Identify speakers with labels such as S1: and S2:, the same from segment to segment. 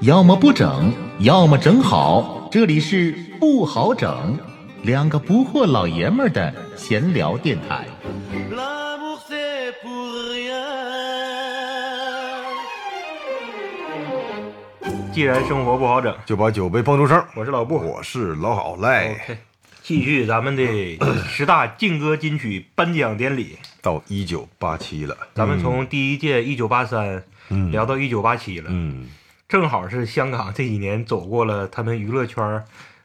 S1: 要么不整，要么整好。这里是不好整，两个不惑老爷们儿的闲聊电台。
S2: L'amour c'est pour rien.
S3: 既然生活不好整，
S4: 就把酒杯碰出声。
S3: 我是老布
S4: 我是老好赖。
S3: OK，继续咱们的
S4: 嗯
S3: 十大劲歌金曲颁奖典礼，
S4: 到一九八七了，
S3: 咱们从第一届一九八三聊到一九八七了，
S4: 嗯，
S3: 正好是香港这几年走过了他们娱乐圈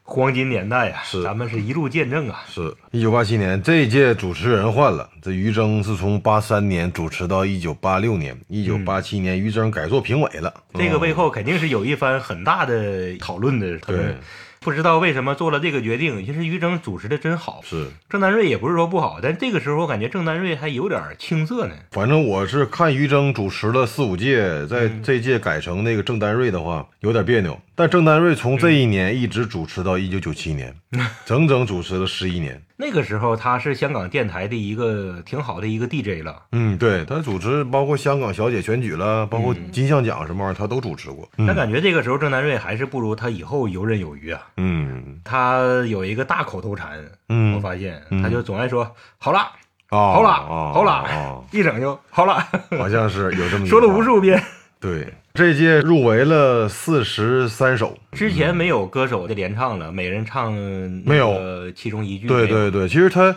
S3: 黄金年代啊，
S4: 是
S3: 咱们是一路见证啊，
S4: 是一九八七年这一届主持人换了，这于铮是从八三年主持到一九八六年，一九八七年于铮改做评委了。
S3: 嗯
S4: 嗯
S3: 这个背后肯定是有一番很大的讨论的，他们
S4: 对
S3: 不知道为什么做了这个决定，其实于铮主持的真好，
S4: 是，
S3: 郑丹瑞也不是说不好，但这个时候我感觉郑丹瑞还有点青涩呢，
S4: 反正我是看于铮主持了四五届，在
S3: 嗯
S4: 这届改成那个郑丹瑞的话，有点别扭。但郑丹瑞从这一年一直主持到一九九七年，
S3: 嗯
S4: 整整主持了十一年。
S3: 那个时候他是香港电台的一个挺好的一个 DJ 了，
S4: 嗯，对他主持包括香港小姐选举了，包括金像奖什么玩意儿，他都主持过。嗯
S3: 但感觉这嗯个时候郑丹瑞还是不如他以后游刃有余啊。
S4: 嗯
S3: 他有一个大口头禅，
S4: 嗯
S3: 我发现他就总爱说“好啦，
S4: 啊，
S3: 好啦，
S4: 啊
S3: 好啦
S4: 啊”，
S3: 一整就“好啦
S4: 好像是有这么”，一
S3: 说了
S4: 句话
S3: 无。数遍。
S4: 对，这届入围了四十三首。
S3: 之前没有歌手的连唱了，每人唱
S4: 没有
S3: 有其中一句，
S4: 对，对对，其实他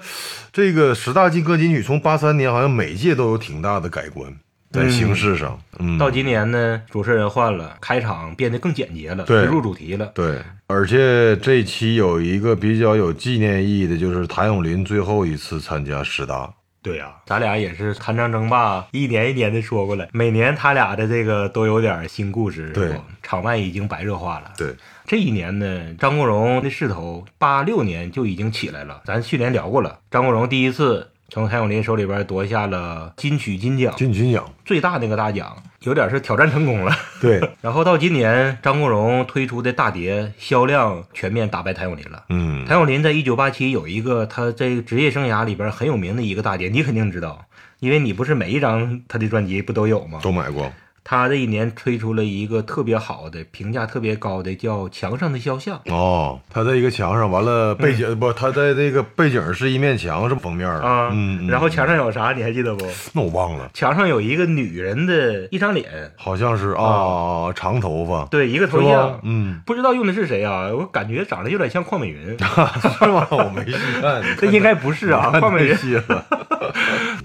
S4: 这个十大劲歌金曲从八三年好像每届都有挺大的改观，在形式上，嗯，
S3: 到今年呢，主持人换了，开场变得更简洁了，
S4: 对
S3: 直入主题了。
S4: 对，而且这一期有一个比较有纪念意义的，就是谭咏麟最后一次参加十大。
S3: 对
S4: 啊
S3: 呀、咱俩也是阋张争霸，一年一年的说过来，每年他俩的这个都有点新故事，
S4: 对
S3: 是吧，场外已经白热化了。
S4: 对，
S3: 这一年呢，张国荣的势头八六年就已经起来了，咱去年聊过了，张国荣第一次从谭咏麟手里边夺下了金曲金奖，
S4: 金曲奖。
S3: 最大那个大奖，有点是挑战成功了。
S4: 对，
S3: 然后到今年，张国荣推出的大碟销量全面打败谭咏麟了。
S4: 嗯，
S3: 谭咏麟在一九八七有一个他在职业生涯里边很有名的一个大碟，你肯定知道，因为你不是每一张他的专辑不都有吗？
S4: 都买过。
S3: 他这一年推出了一个特别好的、评价特别高的，叫《墙上的肖像》。
S4: 哦，他在一个墙上，完了背景、不，他在这个背景是一面墙，是封面儿
S3: 嗯啊，
S4: 嗯，嗯
S3: 然后墙上有啥你还记得不？
S4: 那我忘了，
S3: 墙上有一个女人的一张脸，
S4: 好像是啊，长头发，
S3: 对，一个头
S4: 是吧
S3: 像？，
S4: 嗯，
S3: 不知道用的是谁啊？我感觉长得有点像邝美 云，
S4: 是吗？我没细看，
S3: 这应该不是 啊，邝美云。
S4: 细了。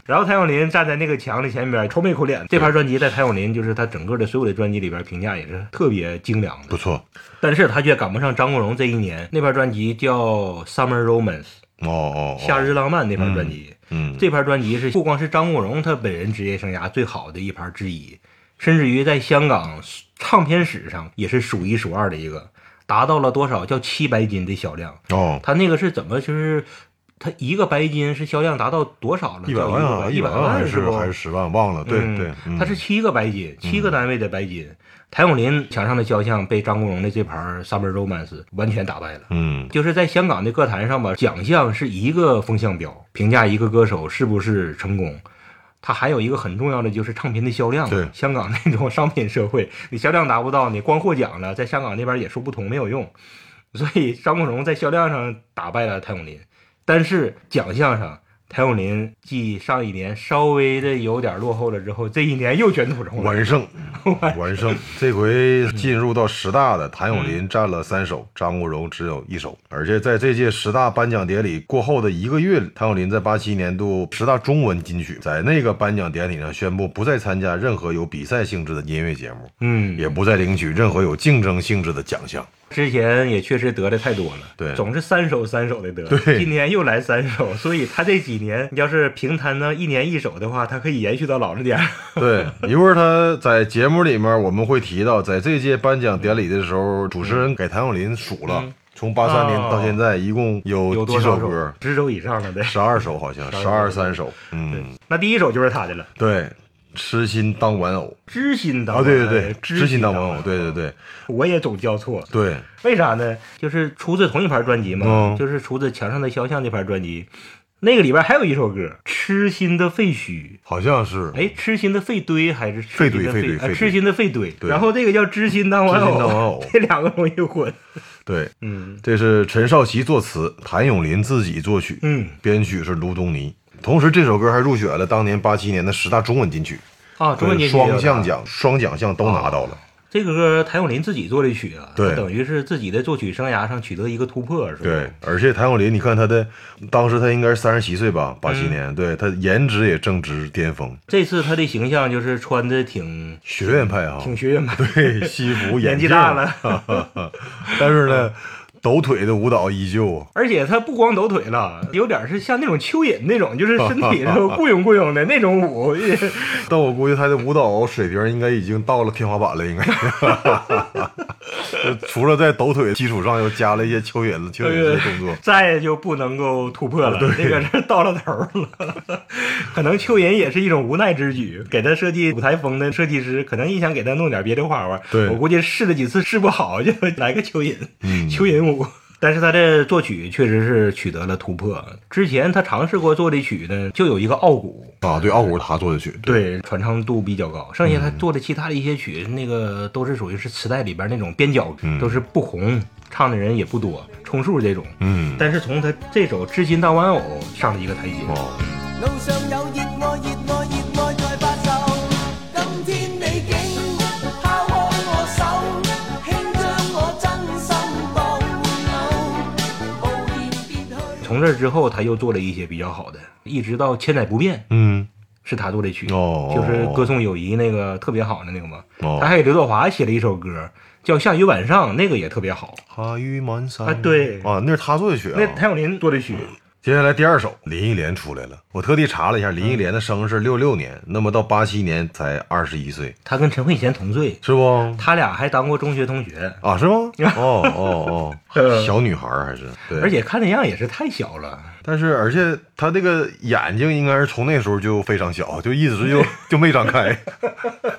S3: 然后谭咏麟站在那个墙的前边，愁眉苦脸。这盘专辑在谭咏麟就是他整个的所有的专辑里边评价也是特别精良的
S4: 不，错
S3: 但是他却赶不上张国荣这一年那盘专辑叫《Summer Romance
S4: 哦》哦，哦
S3: 夏，日浪漫那盘专辑。
S4: 嗯，
S3: 这盘专辑是不光是张国荣他本人职业生涯最好的一盘之一，甚至于在香港唱片史上也是数一数二的一个，达到了多少叫七白金的销量。
S4: 哦，
S3: 他那个是怎么就是？他一个白金是销量达到多少了？
S4: 一百万啊，
S3: 一
S4: 百万还
S3: 是
S4: 是
S3: 不？
S4: 还是十万，忘了，对
S3: 嗯
S4: 对，嗯
S3: 它是七个白金，七个单位的白金。谭咏麟墙上的肖像被张国荣的这盘 Summer Romance 完全打败了。
S4: 嗯
S3: 就是在香港的歌坛上吧，奖项是一个风向标，评价一个歌手是不是成功。它还有一个很重要的就是唱片的销量啊。
S4: 对
S3: 香港那种商品社会，你销量达不到，你光获奖了，在香港那边也说不通，没有用。所以张国荣在销量上打败了谭咏麟，但是奖项上，谭咏麟继上一年稍微的有点落后了之后，这一年又卷土重来。
S4: 完胜，完胜！这回进入到十大的谭咏
S3: 嗯
S4: 麟占了三首，张国荣只有一首。而且在这届十大颁奖典礼过后的一个月里，谭咏麟在八七年度十大中文金曲，在那个颁奖典礼上宣布不再参加任何有比赛性质的音乐节目，
S3: 嗯，
S4: 也不再领取任何有竞争性质的奖 项。
S3: 之前也确实得的太多了，
S4: 对
S3: 总是三首三首的得，
S4: 对
S3: 今年又来三首，所以他这几年要是平摊呢一年一首的话，他可以延续到老了点儿。
S4: 对，一会儿他在节目里面我们会提到，在这届颁奖典礼的时候，主持人给谭咏麟数了，从八三年到现在一共有
S3: 嗯啊有
S4: 几
S3: 多少
S4: 歌？？
S3: 十首以上了，对。
S4: 十二首好像，十二三首，嗯，
S3: 那第一首就是他的了，
S4: 对，痴心当玩偶
S3: 知心当
S4: 啊，
S3: 玩偶
S4: 对对对，
S3: 知
S4: 痴
S3: 心
S4: 心
S3: 当
S4: 当玩偶，对对对
S3: 我也总交错，
S4: 对，
S3: 为啥呢？就是出自同一盘专辑嘛，
S4: 嗯
S3: 就是出自《墙上的肖像》那盘专辑，那个里边还有一首歌《痴痴心的废墟。
S4: 好像是，
S3: 哎，痴心的废堆还是痴心的
S4: 废堆废堆
S3: 啊
S4: 废堆
S3: 痴心的废堆。
S4: 对
S3: 然后这个叫知心当玩
S4: 知心当玩
S3: 偶
S4: 偶，
S3: 这两个容易混。
S4: 对，
S3: 嗯
S4: 这是陈少奇作词，谭咏麟自己作曲，
S3: 嗯
S4: 编曲是卢东尼。同时，这首歌还入选了当年八七年的十大中文金曲，
S3: 啊，中文节
S4: 双项奖、双奖项都拿到了。
S3: 这个歌谭咏麟自己做的曲啊，
S4: 对
S3: 他等于是自己的作曲生涯上取得一个突破，是吧？
S4: 对，，而且谭咏麟，你看他的，当时他应该是三十七岁吧，八七年，对他颜值也正值巅峰，
S3: 这次他的形象就是穿的挺
S4: 学院派哈、
S3: 挺学院派，
S4: 对，西 服、
S3: 年
S4: 眼
S3: 纪
S4: 镜
S3: 大，
S4: 但是呢，抖腿的舞蹈依旧，啊
S3: 而且他不光抖腿了，有点是像那种蚯蚓那种，就是身体都雇佣雇佣的那种舞，
S4: 但我估计他的舞蹈水平应该已经到了天花板了，应该，就 除了在抖腿基础上又加了一些蚯蚓、蚯蚓式的动作。
S3: 再也就不能够突破了，这个是到了头儿了。 可能蚯蚓也是一种无奈之举，给他设计舞台风的设计师可能也想给他弄点别的花花，
S4: 对
S3: 我估计试了几次试不好，就来个蚯蚓，
S4: 嗯
S3: 蚯蚓舞。但是他的作曲确实是取得了突破。之前他尝试过做的曲呢，就有一个傲骨，
S4: 啊，对，傲骨是他做的曲，
S3: 对，传唱度比较高。剩下他做的其他的一些曲，那个都是属于是磁带里边那种边角，
S4: 嗯
S3: 都是不红，唱的人也不多，充数这种。
S4: 嗯，
S3: 但是从他这首《知心当玩偶》上了一个台阶。
S4: 哦，
S5: 路上有熱愛，熱愛，熱愛在發售。今天你竟拋開我手，輕將我真心當玩偶，無言別去。
S3: 从这之后，他又做了一些比较好的，一直到《千载不变》
S4: 嗯，
S3: 是他做的曲，
S4: 哦
S3: 就是歌颂友谊那个特别好的那个嘛。
S4: 哦
S3: 他还给刘德华写了一首歌叫《下雨晚上》，那个也特别好。
S4: 哈雨满山
S3: 啊对
S4: 啊，那是他做的曲啊。
S3: 那谭咏麟做的曲，
S4: 接下来第二首，林忆莲出来了。我特地查了一下，林忆莲的生日是六六年，那么到八七年才二十一岁，
S3: 他跟陈慧娴同岁，
S4: 是不？
S3: 他俩还当过中学同学。
S4: 啊，是 吗？哦哦哦，
S3: 嗯
S4: 小女孩儿还是对，
S3: 而且看那样也是太小了，
S4: 但是而且她这个眼睛应该是从那时候就非常小，就一直 就就没张开，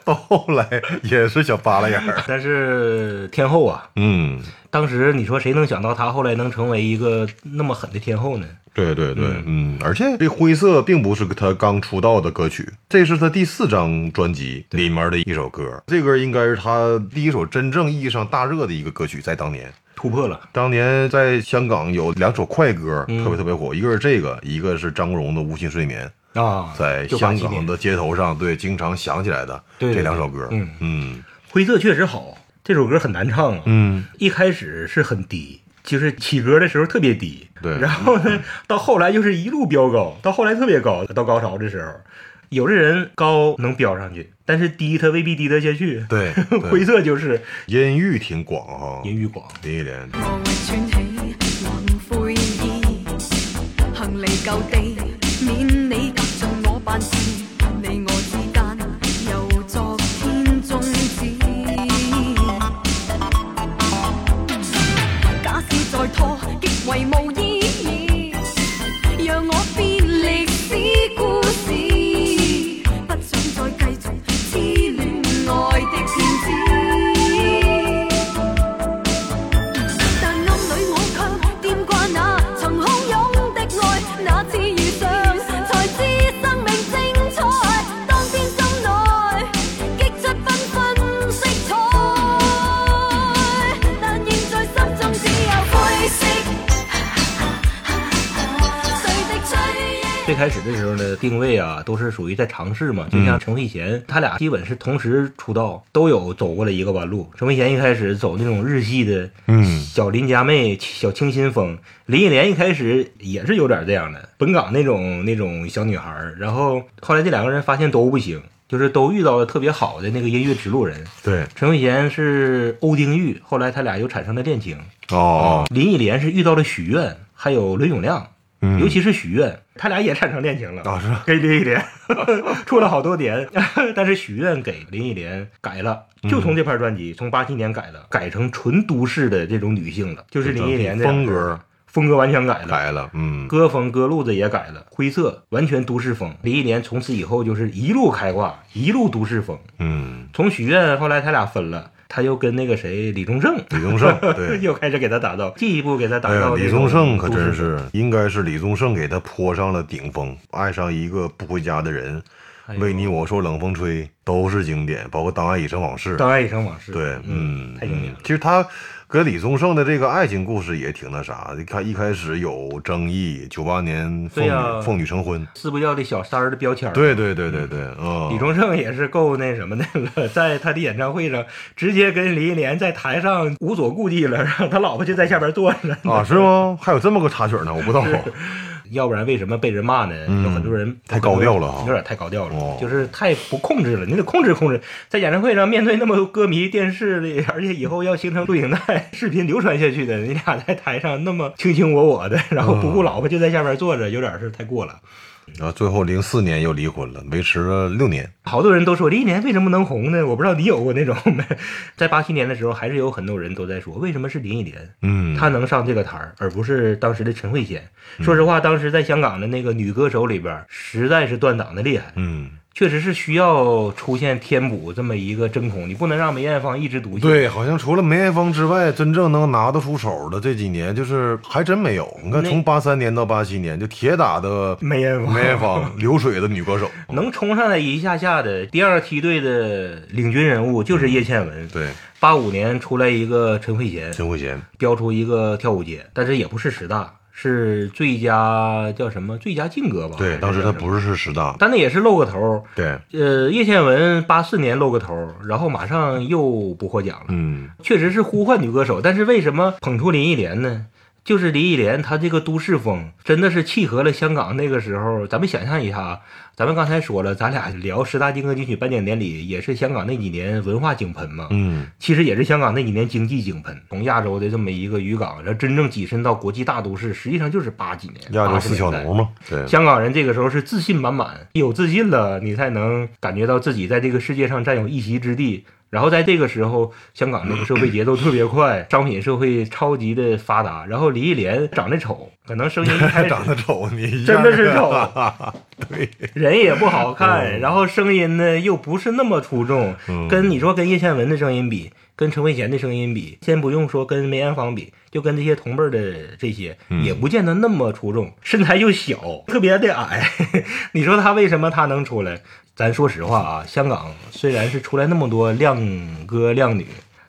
S4: 到后来也是小扒拉眼儿。
S3: 但是天后啊，
S4: 嗯，
S3: 当时你说谁能想到她后来能成为一个那么狠的天后呢？
S4: 对对对，嗯，而且这《灰色》并不是她刚出道的歌曲，这是她第四张专辑里面的一首歌，这歌应该是她第一首真正意义上大热的一个歌曲，在当年。
S3: 突破了，
S4: 当年在香港有两首快歌特别特别火，一个是这个，一个是张国荣的《无心睡眠》。
S3: 啊，
S4: 在
S3: 就八
S4: 香
S3: 七
S4: 港
S3: 年
S4: 的街头上，对，经常想起来的
S3: 对对
S4: 这两首歌，
S3: 对嗯
S4: 嗯
S3: 灰色确实好，这首歌很难唱啊，
S4: 嗯，
S3: 一开始是很低。就是起歌的时候特别低，
S4: 对嗯
S3: 然后呢，到后来就是一路飙高，到后来特别高，到高潮的时候，有的人高能飙上去，但是低他未必低得下去。
S4: 对对
S3: 灰色就是
S4: 音域挺广哈，
S3: 音域广，
S4: 林忆莲，
S6: 望穿起雲灰衣，行離舊地，免你及盡我辦事，你我之間由昨天終止。假使再拖，極為無意義。讓我變歷史故事，不想再繼續痴戀愛的騙子。但暗裏我卻掂掛那曾洶湧的愛，那次遇上才知生命精彩。當天心內激出繽紛色彩，但現在心中只有灰色。誰的吹？
S3: 最开始的时候呢，定位啊都是属于在尝试嘛，就
S4: 嗯
S3: 像陈慧娴，她俩基本是同时出道，都有走过了一个弯路。陈慧娴一开始走那种日系的，
S4: 嗯
S3: 小邻家妹、小清新风；林忆莲一开始也是有点这样的，本港那种那种小女孩儿。然后后来这两个人发现都不行，就是都遇到了特别好的那个音乐指路人。
S4: 对，
S3: 陈慧娴是欧丁玉，后来他俩又产生了恋情。
S4: 哦哦，
S3: 林忆莲是遇到了许愿，还有伦永亮，
S4: 嗯
S3: 尤其是许愿，他俩也产生恋情了
S4: 啊是吧
S3: 跟林忆莲 处了好多年，但是许愿给林忆莲改了，就
S4: 嗯
S3: 从这盘专辑，从八七年改了，改成纯都市的这种女性了，就是林忆莲的
S4: 风格
S3: 风格完全改了。
S4: 改了，嗯，
S3: 歌风歌路子也改了，灰色完全都市风。林忆莲从此以后就是一路开挂，一路都市风。
S4: 嗯
S3: 从许愿后来他俩分了，他又跟那个谁李宗盛，，
S4: 李宗盛，对
S3: 又开始给他打造，进一步给他打
S4: 哎呀
S3: 造、，
S4: 李宗盛可真，是，应该是李宗盛给他泼上了顶峰。爱上一个不回家的人，
S3: 哎呦
S4: 为你我受冷风吹，都是经典，包括《当爱已成往事》。
S3: 当爱已成往事，
S4: 对，嗯，
S3: 太经典了
S4: 嗯。其实他跟李宗盛的这个爱情故事也挺那啥，你看一开始有争议，九八年凤
S3: 对呀
S4: 女凤女成婚，
S3: 撕不掉的小三儿的标签儿，
S4: 对对对对对，嗯，
S3: 李宗盛也是够那什么的了，在他的演唱会上直接跟林忆莲在台上无所顾忌了，让他老婆就在下边坐着。
S4: 啊是吗？还有这么个插曲呢，我不知道。
S3: 要不然为什么被人骂呢？
S4: 嗯
S3: 有很多人
S4: 太高调了啊
S3: 有点太高调了，
S4: 哦
S3: 就是太不控制了。你得控制控制，在演唱会上面对那么多歌迷、电视里，而且以后要形成录影带、视频流传下去的，你俩在台上那么卿卿我我的，然后不
S4: 嗯
S3: 顾老婆就在下边坐着，有点是太过了。
S4: 然后啊最后零四年又离婚了，维持了六年。
S3: 好多人都说林忆莲为什么能红呢？我不知道你有过那种 没？在八七年的时候，还是有很多人都在说，为什么是林忆莲？
S4: 嗯，
S3: 她能上这个台儿，而不是当时的陈慧娴。说实话，当时在香港的那个女歌手里边儿，实在是断档的厉害，
S4: 嗯，
S3: 确实是需要出现天补这么一个真空，你不能让梅艳芳一枝独秀。
S4: 对，好像除了梅艳芳之外，真正能拿得出手的这几年，就是还真没有。你看，
S3: 那
S4: 从八三年到八七年，就铁打的
S3: 梅艳芳
S4: 梅艳芳流水的女歌手，
S3: 能冲上来一下下的第二梯队的领军人物就是叶倩文。
S4: 对
S3: 八五年出来一个陈慧娴，
S4: 陈慧娴，
S3: 标出一个跳舞节，但是也不是十大，是最佳叫什么？最佳劲歌吧？
S4: 对，当时她不
S3: 是，
S4: 是是十大，
S3: 但那也是露个头儿。
S4: 对，
S3: 呃，叶倩文八四年露个头儿，然后马上又不获奖了。
S4: 嗯，
S3: 确实是呼唤女歌手，但是为什么捧出林忆莲呢？就是林忆莲她这个都市风，真的是契合了香港那个时候。咱们想象一下啊，咱们刚才说了，咱俩聊十大金歌金曲颁奖典礼，也是香港那几年文化井喷嘛。
S4: 嗯，
S3: 其实也是香港那几年经济井喷，从亚洲的这么一个渔港，然后真正跻身到国际大都市，实际上就是八几年
S4: 亚洲
S3: 80
S4: 四小
S3: 年代
S4: 龙嘛，对，
S3: 香港人这个时候是自信满满，有自信了，你才能感觉到自己在这个世界上占有一席之地。然后在这个时候，香港那个社会节奏特别快，商品社会超级的发达。然后林忆莲长得丑，可能声音一开始
S4: 长得丑，你一
S3: 真
S4: 下
S3: 的 是
S4: 就
S3: 丑，
S4: 对，
S3: 人也不好看， 然后声音呢又不是那么出众，
S4: 嗯
S3: 跟你说跟叶倩文的声音比，跟陈慧娴的声音比，先不用说跟梅艳芳比，就跟这些同辈儿的这些，
S4: 嗯
S3: 也不见得那么出众，身材又小，特别的矮。 你说她为什么她能出来？咱说实话啊，香港虽然是出来那么多靓哥靓女，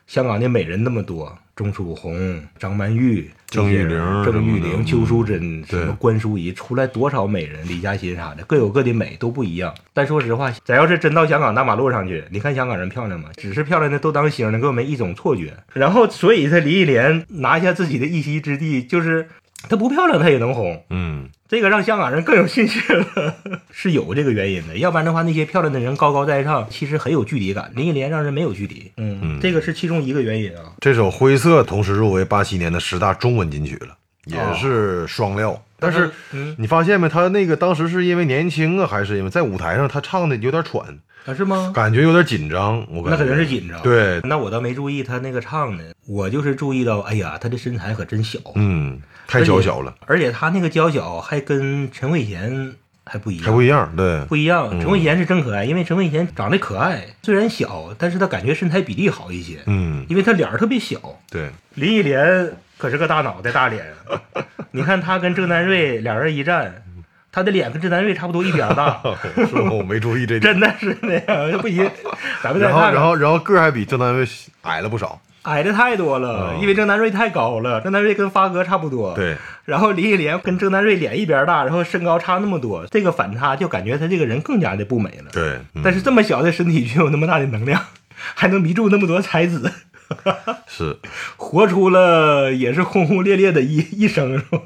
S3: 香港的美人那么多，钟楚红、张曼玉、
S4: 郑裕玲
S3: 这些郑裕
S4: 什么
S3: 玲、
S4: 的
S3: 邱淑贞、什
S4: 对
S3: 么关淑怡，出来多少美人，李嘉欣啥的，各有各的美，都不一样。但说实话，咱要是真到香港大马路上去，你看香港人漂亮吗？只是漂亮的都当星了，给我们一种错觉。然后，所以她林忆莲拿下自己的一席之地，就是她不漂亮她也能红。
S4: 嗯，
S3: 这个让香港人更有信心了， 是有这个原因的。要不然的话，那些漂亮的人高高在上，其实很有距离感。林忆莲让人没有距离，嗯，
S4: 嗯
S3: 这个是其中一个原因啊。
S4: 这首《灰色》同时入围八七年的十大中文金曲了，也是双料。但是
S3: 嗯
S4: 你发现没？他那个当时是因为年轻啊，还是因为在舞台上他唱的有点喘，
S3: 啊，是吗？
S4: 感觉有点紧张。我感觉
S3: 那肯定是紧张。
S4: 对，
S3: 那我倒没注意他那个唱的，我就是注意到，哎呀，他的身材可真小，
S4: 嗯，太娇小了，
S3: 而且他那个娇小还跟陈慧娴还不一样，
S4: 还不一样。对，
S3: 不一样。陈慧娴是真可爱，因为陈慧娴长得可爱，虽然小，但是她感觉身材比例好一些，
S4: 嗯，
S3: 因为她脸儿特别小。
S4: 对，
S3: 林忆莲可是个大脑袋大脸，啊 你看她跟郑南瑞俩人一站，她的脸跟郑南瑞差不多一点儿大，
S4: 是吗我没注意这点。
S3: 真的是那样，不 行，咱们再
S4: 然后，
S3: 看看。
S4: 然后，然后个儿还比郑丹瑞矮了不少。
S3: 矮的太多了，
S4: 嗯
S3: 因为郑南瑞太高了，郑南瑞跟发哥差不多。，
S4: 对，
S3: 然后林忆莲跟郑南瑞脸一边大，然后身高差那么多，这个反差就感觉她这个人更加的不美了。
S4: 对，嗯
S3: 但是这么小的身体却有那么大的能量，还能迷住那么多才子，
S4: 是
S3: 活出了也是轰轰烈烈的一一生，是吧？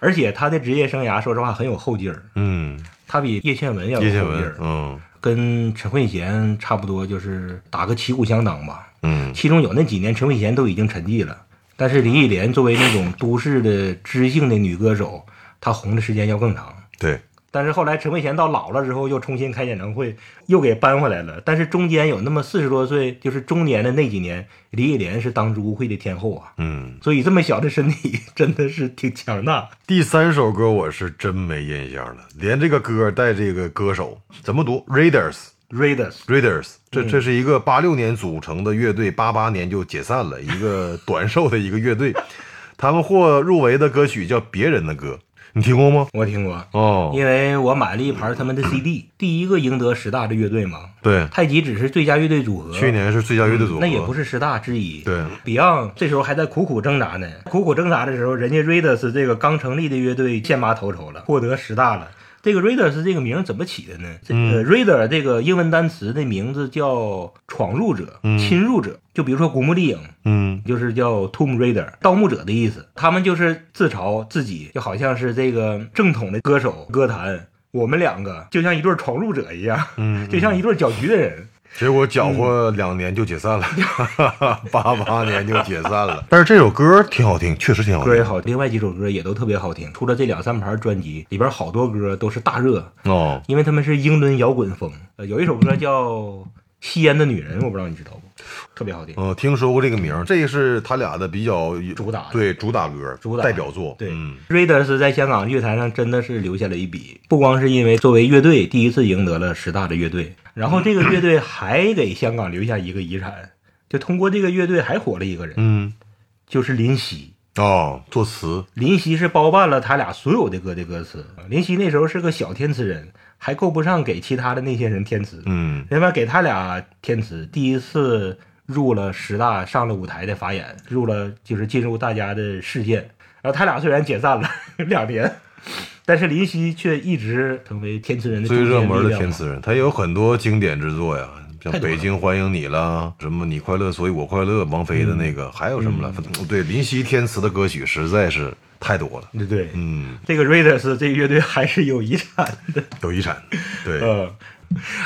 S3: 而且她的职业生涯，说实话很有后劲儿，
S4: 嗯，
S3: 她比叶倩文要
S4: 叶
S3: 有
S4: 倩
S3: 后劲
S4: 文
S3: 儿，，
S4: 嗯
S3: 跟陈慧娴差不多，就是打个旗鼓相当吧。
S4: 嗯，
S3: 其中有那几年陈慧娴都已经沉寂了，但是林忆莲作为那种都市的知性的女歌手，她红的时间要更长。
S4: 对，
S3: 但是后来陈慧娴到老了之后，又重新开演唱会，又给搬回来了。但是中间有那么四十多岁，就是中年的那几年，林忆莲是当之无愧的天后啊。
S4: 嗯，
S3: 所以这么小的身体真的是挺强大。
S4: 第三首歌我是真没印象了，连这个歌带这个歌手怎么读？Raiders
S3: Raiders，
S4: Raiders，这
S3: 嗯
S4: 这是一个八六年组成的乐队，八八年就解散了，一 个短寿的一个乐队。他们获入围的歌曲叫《别人的歌》，你听过吗？
S3: 我听过，
S4: 哦，
S3: 因为我买了一盘他们的 CD，第一个赢得十大的乐队嘛，
S4: 对，
S3: 太极只是最佳乐队组合，
S4: 去年是最佳乐队组合，
S3: 嗯那也不是十大之一。
S4: 对
S3: ，Beyond 这时候还在苦苦挣扎呢，苦苦挣扎的时候，人家 Raiders 这个刚成立的乐队献拔头筹了，获得十大了。这个 Raiders 这个名儿怎么起的呢？这
S4: 嗯
S3: 个 Raider 这个英文单词的名字叫闯入者、
S4: 嗯
S3: 侵入者，就比如说古墓丽影，
S4: 嗯
S3: 就是叫 Tomb Raider，盗墓者的意思。他们就是自嘲自己，就好像是这个正统的歌手歌坛，我们两个就像一对闯入者一样，
S4: 嗯，
S3: 就像一对搅局的人。
S4: 结果搅和两年就解散了， 八八年就解散了。但是这首歌挺好听，确实挺好
S3: 歌也
S4: 听。
S3: 好，另外几首歌也都特别好听。除了这两三盘专辑，里边好多歌都是大热，
S4: 哦，
S3: 因为他们是英伦摇滚风。呃，有一首歌叫《吸烟的女人》，我不知道你知道不？特别好听。
S4: 嗯、听说过这个名儿，这是他俩的比较
S3: 主打的
S4: 对主打歌，
S3: 主打
S4: 代表作。
S3: 对、
S4: 嗯
S3: r a i d e r s 在香港乐坛上真的是留下了一笔，不光是因为作为乐队第一次赢得了十大的乐队，然后这个乐队还给香港留下一个遗产，就通过这个乐队还火了一个人，
S4: 嗯，
S3: 就是林夕。
S4: 哦，作词，
S3: 林夕是包办了他俩所有的歌的歌词。林夕那时候是个小填词人，还够不上给其他的那些人填词。
S4: 嗯
S3: 人家给他俩填词，第一次入了十大上了舞台的法眼，入了就是进入大家的视线。然后他俩虽然解散了 两年，但是林夕却一直成为填词人的
S4: 最热门的填
S3: 填。
S4: 词人，他也有很多经典之作呀，
S3: 啊
S4: 像
S3: 太
S4: 《
S3: 多了
S4: 北京欢迎你》啦，什么《你快乐所以我快乐》，王菲的那
S3: 嗯
S4: 个，还有什么来？对，林夕填词的歌曲实在是太多了。
S3: 对对，
S4: 嗯，
S3: 这个 Raiders 这个乐队还是有遗产的。
S4: 有遗产， 对，
S3: 嗯，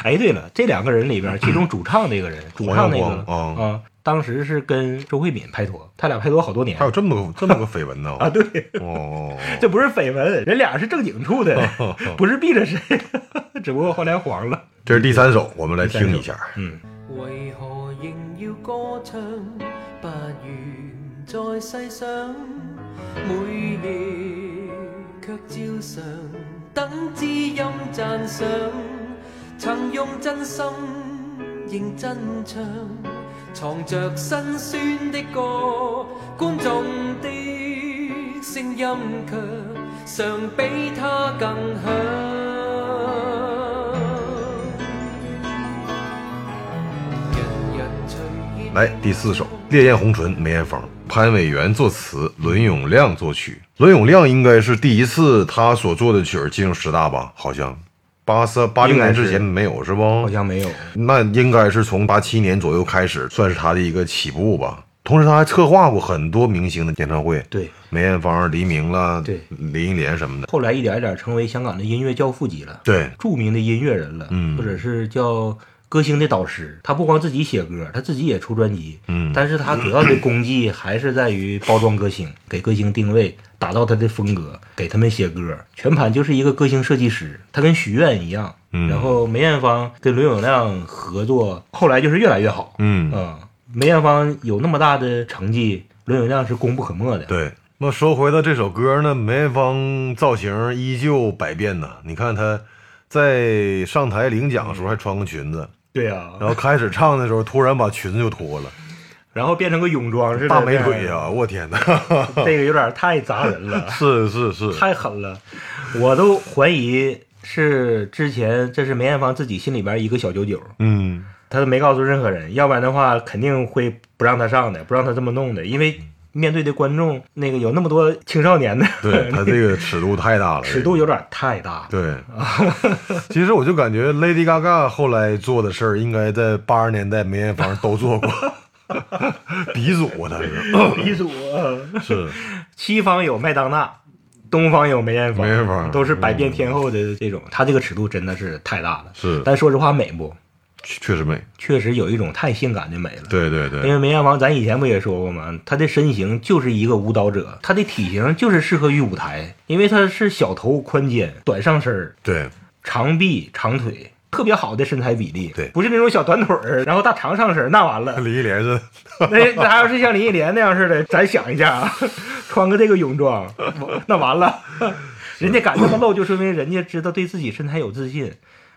S3: 哎，对了，这两个人里边，其中主唱那个人，主唱那个
S4: 黄耀光
S3: 啊，
S4: 哦
S3: 当时是跟周慧敏拍拖，他俩拍拖好多年
S4: 还有这么 个这么个绯闻呢？
S3: 啊。对，
S4: 哦，
S3: 这不是绯闻，人俩是正经处的，不是避着谁，只不过后来黄了。
S4: 这是第三首，我们来听一下。
S3: 嗯，
S5: 为何仍要歌唱？不愿再细想，每夜却照常等知音赞赏。曾用真心认真唱，藏着辛酸的歌，观众的声音却常比它更响。
S4: 来第四首《烈焰红唇》，梅艳芳，潘伟源作词，伦永亮作曲。伦永亮应该是第一次他所做的曲儿进入十大吧？好像八三八六
S3: 应该
S4: 年
S3: 是
S4: 之前没有是不？
S3: 好像没有。
S4: 那应该是从八七年左右开始，算是他的一个起步吧。同时，他还策划过很多明星的演唱会，
S3: 对，
S4: 梅艳芳、黎明啦，
S3: 对
S4: 林忆莲什么的，
S3: 后来一点一点成为香港的音乐教父级了，
S4: 对，
S3: 著名的音乐人了，
S4: 嗯
S3: 或者是叫。歌星的导师，他不光自己写歌，他自己也出专辑，
S4: 嗯
S3: 但是他主要的功绩还是在于包装歌星，给歌星定位，打造他的风格，给他们写歌，全盘就是一个歌星设计师。他跟许愿一样，
S4: 嗯
S3: 然后梅艳芳跟伦永亮合作，后来就是越来越好。
S4: 嗯，
S3: 梅艳芳有那么大的成绩，伦永亮是功不可没的。
S4: 对。那说回到这首歌呢，梅艳芳造型依旧百变呐。你看她在上台领奖的时候还穿个裙子，
S3: 对啊，
S4: 然后开始唱的时候突然把裙子就脱了，
S3: 然后变成个泳装似的，
S4: 大美腿啊呀、我天哪！
S3: 这个有点太砸人 了。
S4: 是是是，
S3: 太狠了，我都怀疑是之前这是梅艳芳自己心里边一个小九九，
S4: 嗯，
S3: 她都没告诉任何人，要不然的话肯定会不让她上的，不让她这么弄的，因为面对的观众那个有那么多青少年的，
S4: 对她这个尺度太大了，
S3: 尺度有点太大。
S4: 对， 其实我就感觉 Lady Gaga 后来做的事儿，应该在八十年代梅艳芳都做过， 鼻祖啊，他是
S3: 鼻祖
S4: 呃
S3: 啊，
S4: 是，
S3: 西方有麦当娜。东方有梅艳芳，
S4: 梅艳芳
S3: 都是百变天后的这种，她这个尺度真的是太大了。
S4: 是
S3: 但说实话，美不？
S4: 确实美，
S3: 确实有一种太性感的美了。
S4: 对对
S3: 因
S4: 对，
S3: 为梅艳芳，咱以前不也说过吗？她的身形就是一个舞蹈者，她的体型就是适合于舞台，因为她是小头宽肩、短上身儿、
S4: 对
S3: 长臂、长腿，特别好的身材比例。
S4: 对
S3: 不是那种小短腿儿，然后大长上身儿，那完 了。
S4: 林忆莲是，
S3: 那那还要是像林忆莲那样似的，咱想一下啊， 穿个这个泳装， 我那完了。人家敢这么露，就说明人家知道对自己身材有自信。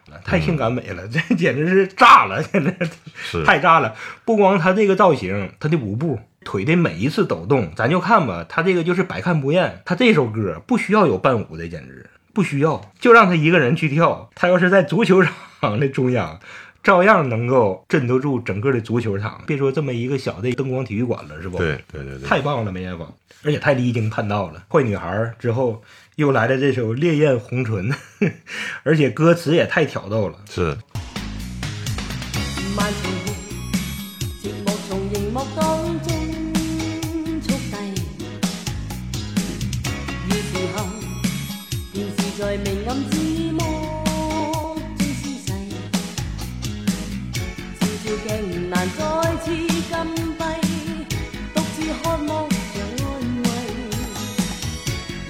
S3: 了，太性感美了，这简直是炸了，简直
S4: 是
S3: 太炸了！不光他这个造型，他的舞步、腿的每一次抖动，咱就看吧，他这个就是百看不厌。他这首歌不需要有伴舞的，简直不需要，就让他一个人去跳。他要是在足球场的中央。照样能够镇得住整个的足球场，别说这么一个小的灯光体育馆了，是不？
S4: 对对对对，
S3: 太棒了，梅艳芳，而且太离经叛道了。坏女孩儿之后又来了这首《烈焰红唇》， 而且歌词也太挑逗了。
S4: 是
S7: 漫长活節目從熒幕當中速遞，於是後電視在明暗之幕中施洗，照照鏡難再次禁閉，獨自渴望着安慰。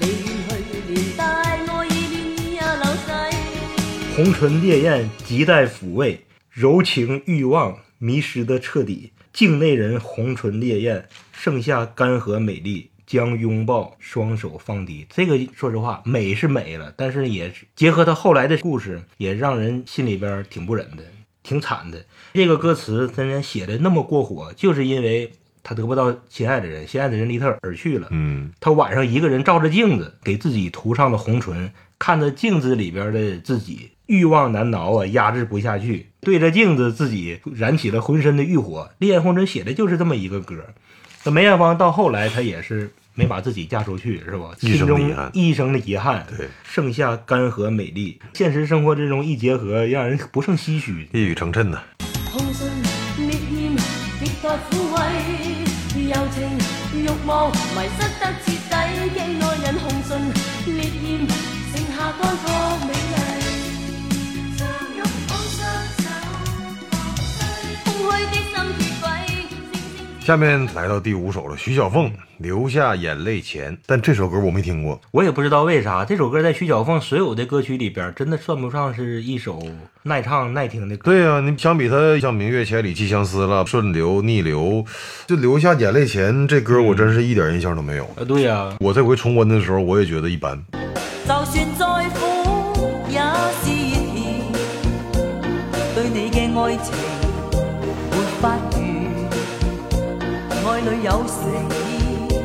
S7: 你遠去，連帶愛意便也流逝。
S3: 红唇烈焰，亟待抚慰，柔情欲望迷失的彻底。境内人红唇烈焰，剩下干涸美丽，将拥抱，双手放低。这个说实话，美是美了，但是也是结合他后来的故事，也让人心里边儿挺不忍的，挺惨的。这个歌词真的写的那么过火，就是因为他得不到心爱的人，心爱的人离他而去了。
S4: 嗯
S3: 他晚上一个人照着镜子，给自己涂上了红唇，看着镜子里边的自己，欲望难挠啊，压制不下去，对着镜子自己燃起了浑身的欲火。《烈焰红唇》写的就是这么一个歌。那梅艳芳到后来，她也是没把自己嫁出去，是吧？
S4: 一生的
S3: 心
S4: 遗
S3: 中
S4: 憾
S3: 一生的遗憾，
S4: 对，
S3: 剩下干涸美丽。现实生活之中一结合，让人不胜唏嘘。
S4: 一语成谶呐，
S7: 空信、烈焰，亦待抚慰；柔情、欲望，迷失得徹底。境內人紅唇烈焰，剩下乾涸美麗。相擁抱雙手，空虛的心脱軌，星星之
S4: 下面来到第五首了，徐小凤《流下眼泪前》，但这首歌我没听过，
S3: 我也不知道为啥，这首歌在徐小凤所有的歌曲里边，真的算不上是一首耐唱耐听的歌。
S4: 对呀、啊你相比他像《明月千里寄相思》了，《顺流逆流》，就流下眼泪前这歌，我真是一点印象都没有。
S3: 啊，对呀、
S4: 我这回重温的时候，我也觉得一般。
S7: 就算再苦，也是甜。對你嘅愛情沒法遇，愛侶有誠意，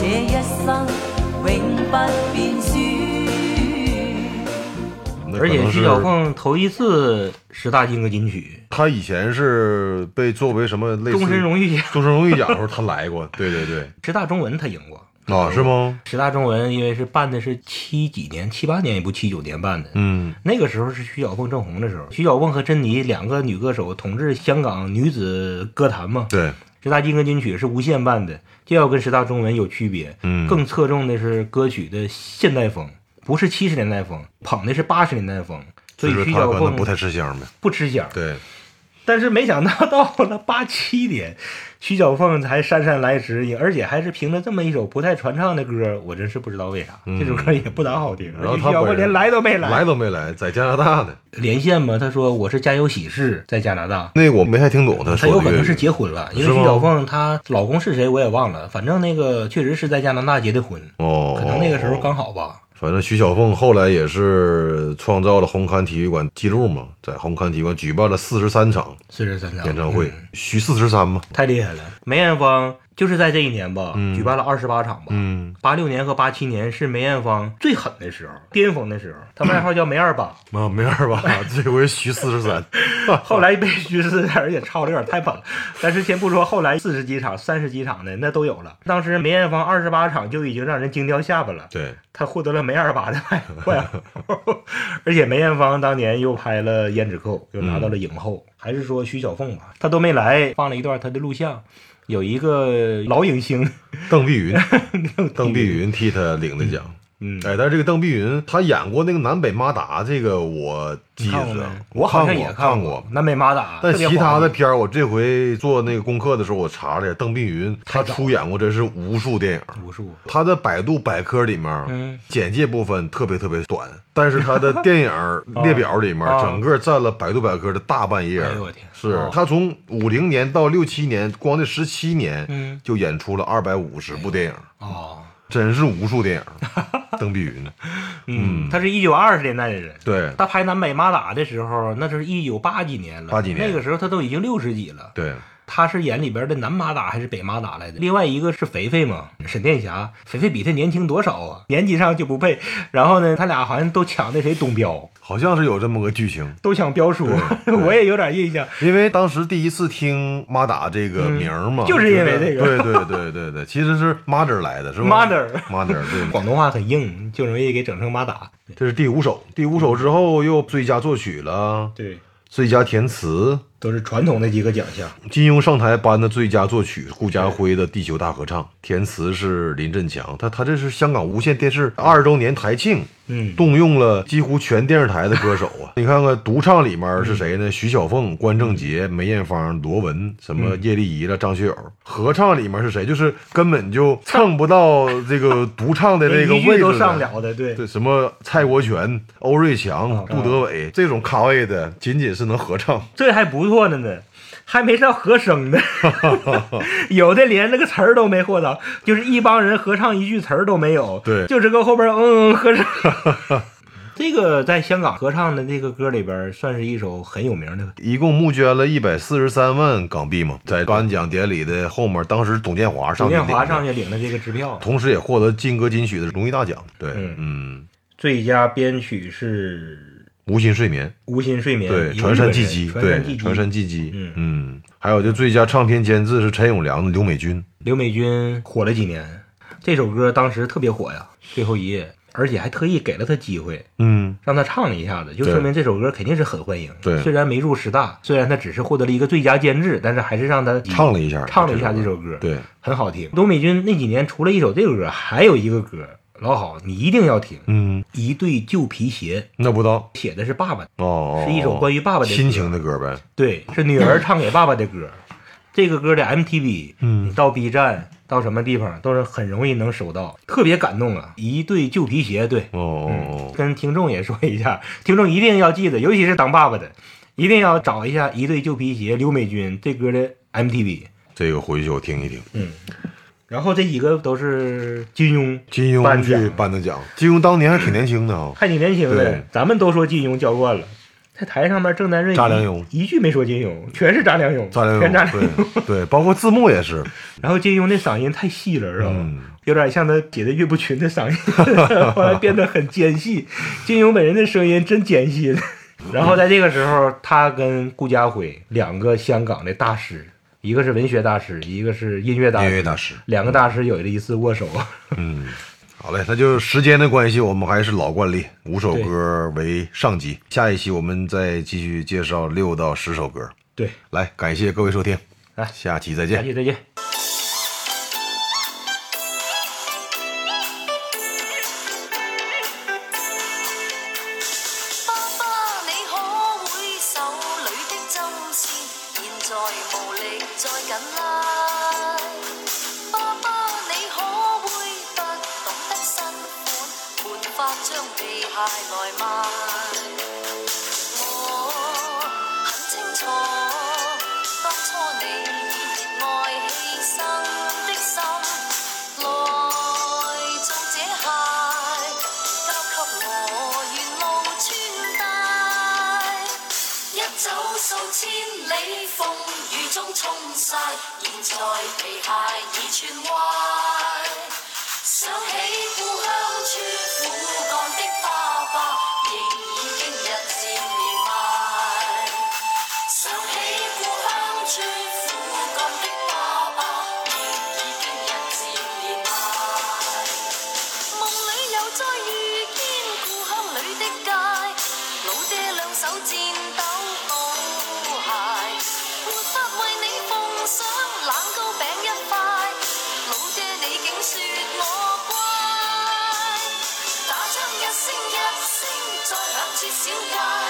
S7: 這一生永不變輸。
S4: 那可
S3: 而且
S4: 能
S3: 徐
S4: 是
S3: 小凤头一次十大金歌金曲，
S4: 他以前是被作为什么类似
S3: 终身荣誉奖，
S4: 终身荣誉奖的时候，他来过。对 对对，
S3: 十大中文他赢过。
S4: 啊，是吗？
S3: 十大中文因为是办的是七几年、七八年，也不七九年办的。
S4: 嗯，
S3: 那个时候是徐小凤正红的时候，徐小凤和珍妮两个女歌手统治香港女子歌坛嘛。
S4: 对，
S3: 十大金歌金曲是无线办的，就要跟十大中文有区别。
S4: 嗯
S3: 更侧重的是歌曲的现代风，不是七十年代风，捧的是八十年代风。所
S4: 所以
S3: 以
S4: 说
S3: 徐
S4: 他
S3: 小
S4: 可能
S3: 凤
S4: 不太吃香呗。
S3: 不吃香。
S4: 对，
S3: 但是没想到到了八七年，徐小凤才姗姗来迟，也而且还是凭着这么一首不太传唱的歌，我真是不知道为啥、这首歌也不咋好听，
S4: 嗯然后
S3: 而且
S4: 他
S3: 徐小
S4: 本
S3: 凤
S4: 人
S3: 连来都没来，
S4: 来都没来，在加拿大呢。
S3: 连线嘛，他说我是家有喜事在加拿大。
S4: 那我没太听懂他
S3: 他
S4: 说的
S3: 有可
S4: 粤
S3: 能
S4: 语
S3: 是结婚了，因
S4: 是
S3: 为
S4: 吗
S3: 徐小凤她老公是谁我也忘了，反正那个确实是在加拿大结的婚，
S4: 哦，
S3: 可能那个时候刚好吧。
S4: 反正徐小凤后来也是创造了红磡体育馆记录嘛，在红磡体育馆举办了四十三场
S3: 四十三场
S4: 演唱会，
S3: 嗯
S4: 徐四十三嘛。
S3: 太厉害了。梅艳芳就是在这一年吧，
S4: 嗯
S3: 举办了二十八场吧，
S4: 嗯，
S3: 八六年和八七年是梅艳芳最狠的时候，巅峰的时候，她外号叫梅二八，
S4: 啊，没 二吧，这回徐四十三。
S3: 后来被徐四而且抄的有点太狠了。但是先不说后来四十几场、三十几场的那都有了，当时梅艳芳二十八场就已经让人惊掉下巴了。
S4: 对，
S3: 她获得了梅二八的外外号， 而且梅艳芳当年又拍了《胭脂扣》，又拿到了影后，还是说徐小凤吧，她都没来，放了一段她的录像，有一个老影星，
S4: 邓碧 云，邓碧云替他领的奖。
S3: 嗯，
S4: 哎，但是这个邓碧云，她演过那个南北妈达，这个我记
S3: 看过
S4: 着
S3: 没，我好像也
S4: 看
S3: 过
S4: 过。
S3: 南美马达，
S4: 但
S3: 特别
S4: 其他的
S3: 华丽
S4: 片儿，我这回做那个功课的时候，我查了一下，邓碧云她
S3: 太早
S4: 出演过真是无数电影，
S3: 无数，
S4: 他的百度百科里面，
S3: 嗯
S4: 简介部分特别特别短，但是他的 电影列表里面，
S3: 啊
S4: 整个占了百度百科的大半页。
S3: 哎呦我天
S4: 是
S3: 哦
S4: 他从五零年到六七年，光这十七年，
S3: 嗯
S4: 就演出了二百五十部电影。
S3: 哦，
S4: 真是无数电 影。邓碧云，
S3: 嗯，他是一九二十年代的人。
S4: 对
S3: 他拍南北马打的时候，那就是一九八几年了，
S4: 八几年
S3: 那个时候他都已经六十几了。
S4: 对，
S3: 他是演里边的南马打还是北马打来的？另外一个是肥肥嘛，沈殿霞，肥肥比他年轻多少啊？年纪上就不配。然后呢，他俩好像都抢那谁董彪，
S4: 好像是有这么个剧情。
S3: 都抢彪叔，
S4: 对
S3: 我也有点印象。
S4: 因为当时第一次听“妈打”这个名儿嘛，
S3: 嗯就是因为这个
S4: 觉得对对对对对，其实是 mother 来的，是吧
S3: Mother
S4: mother 对，
S3: 广东话很硬，就容易给整成马打。
S4: 这是第五首，第五首之后又最佳作曲了，
S3: 对，
S4: 最佳填词，
S3: 都是传统的几个奖项。
S4: 金庸上台颁的最佳作曲，顾嘉辉的《地球大合唱》，填词是林振强。他他这是香港无线电视二十周年台庆，
S3: 嗯
S4: 动用了几乎全电视台的歌手啊。 你看看独唱里面是
S3: 嗯
S4: 谁呢？徐小凤、关正杰、梅艳芳、罗文，什
S3: 嗯
S4: 么叶丽仪了、张学友。合唱里面是谁？就是根本就蹭不到这个独唱的 这个
S3: 一句
S4: 位置
S3: 都
S4: 的
S3: 上不了的，对
S4: 对，什么蔡国权、欧瑞
S3: 啊
S4: 强、杜德伟这种咖位的，仅仅是能合唱。
S3: 这还不错呢呢，还没上和声 呢，有的连那个词儿都没获到，就是一帮人合唱一句词儿都没有，
S4: 对
S3: 就是跟后边嗯嗯合唱。 这个在香港合唱的这个歌里边，算是一首很有名的。
S4: 一共募捐了一百四十三万港币嘛，在颁奖典礼的后面，当时董建华
S3: 董
S4: 上去
S3: 建华
S4: 领
S3: 上
S4: 的，
S3: 去领的这个支票，
S4: 同时也获得劲歌金曲的荣誉大奖。对，
S3: 嗯
S4: 嗯，
S3: 最佳编曲是
S4: 无心睡眠，
S3: 《无心睡眠》，
S4: 对，
S3: 一个
S4: 船山
S3: 日本
S4: 纪
S3: 人
S4: 基，
S3: 船山
S4: 对，
S3: 纪
S4: 船山
S3: 基，
S4: 纪基，
S3: 嗯
S4: 嗯，还有就最佳唱片监制是陈永良的《刘美君》，
S3: 刘美君火了几年，这首歌当时特别火呀，《最后一页》，而且还特意给了他机会，
S4: 嗯，
S3: 让他唱了一下子，就
S4: 对
S3: 说明这首歌肯定是很欢迎。
S4: 对
S3: 虽然没入十大，虽然他只是获得了一个最佳监制，但是还是让他
S4: 唱了一下，
S3: 嗯唱了一下这首歌，，
S4: 对，
S3: 很好听。董美君那几年除了一首这个歌，还有一个歌老好，你一定要听，
S4: 嗯，
S3: 一对旧皮鞋》，
S4: 那不当
S3: 写的是爸爸，
S4: 哦，
S3: 是一首关
S4: 于
S3: 于爸爸的
S4: 亲
S3: 歌
S4: 情的歌呗，
S3: 对，是女儿唱给爸爸的 歌。这个歌的 MTV，
S4: 嗯
S3: 你到 B 站到什么地方都是很容易能搜到，特别感动啊！一对旧皮鞋，对，
S4: 哦哦
S3: 嗯
S4: 哦，
S3: 跟听众也说一下， 听众一定要记得，尤其是当爸爸的，一定要找一下一对旧皮鞋刘美君这歌的 MTV。
S4: 这个回去我听一听。
S3: 然后这几个都是金庸，
S4: 金
S3: 颁
S4: 庸
S3: 奖
S4: 去颁的奖，金庸当年还挺年轻的啊、
S3: 还挺年轻的
S4: 对，
S3: 咱们都说金庸叫惯了，在台上面郑南润
S4: 查良镛
S3: 一句没说金庸，全是查良镛，
S4: 张良
S3: 全查
S4: 勇，
S3: 良镛。
S4: 对对，包括字幕也是，
S3: 然后金庸的嗓音太细了，是吧？
S4: 嗯
S3: 有点像他写的岳不群的嗓音， 后来变得很尖细。金庸本人的声音真尖细。
S4: 嗯
S3: 然后在这个时候，他跟顾嘉辉两个香港的大师，一个是文学大师，一个是音乐大师，
S4: 音乐大师
S3: 两个大师有了一次握手。
S4: 嗯，好嘞，那就时间的关系，我们还是老惯例，五首歌为上集，下一期我们再继续介绍六到十首歌。
S3: 对，
S4: 来，感谢各位收听，
S3: 来
S4: 下期再
S3: 下
S4: 见。
S3: 期再见。
S8: 爸爸，你可會手裏的針線，現在無力再緊拉。爸爸，你可會不懂得新款，沒法將皮鞋來賣。我很清楚，當初你以熱愛犧牲的心來做這鞋。交給我沿路穿戴，一走數千里，風雨中沖晒，現在皮鞋已全壞。想起故鄉處苦幹的爸爸，亦已經日漸年邁。想起故鄉處苦幹的爸爸，亦已經日漸年邁。夢裏又再遇見故鄉裏的街，老爹兩手戰鬥好鞋，沒法為你奉上冷糕餅一塊，老爹你竟説我乖，打槍一聲一聲再響徹小街，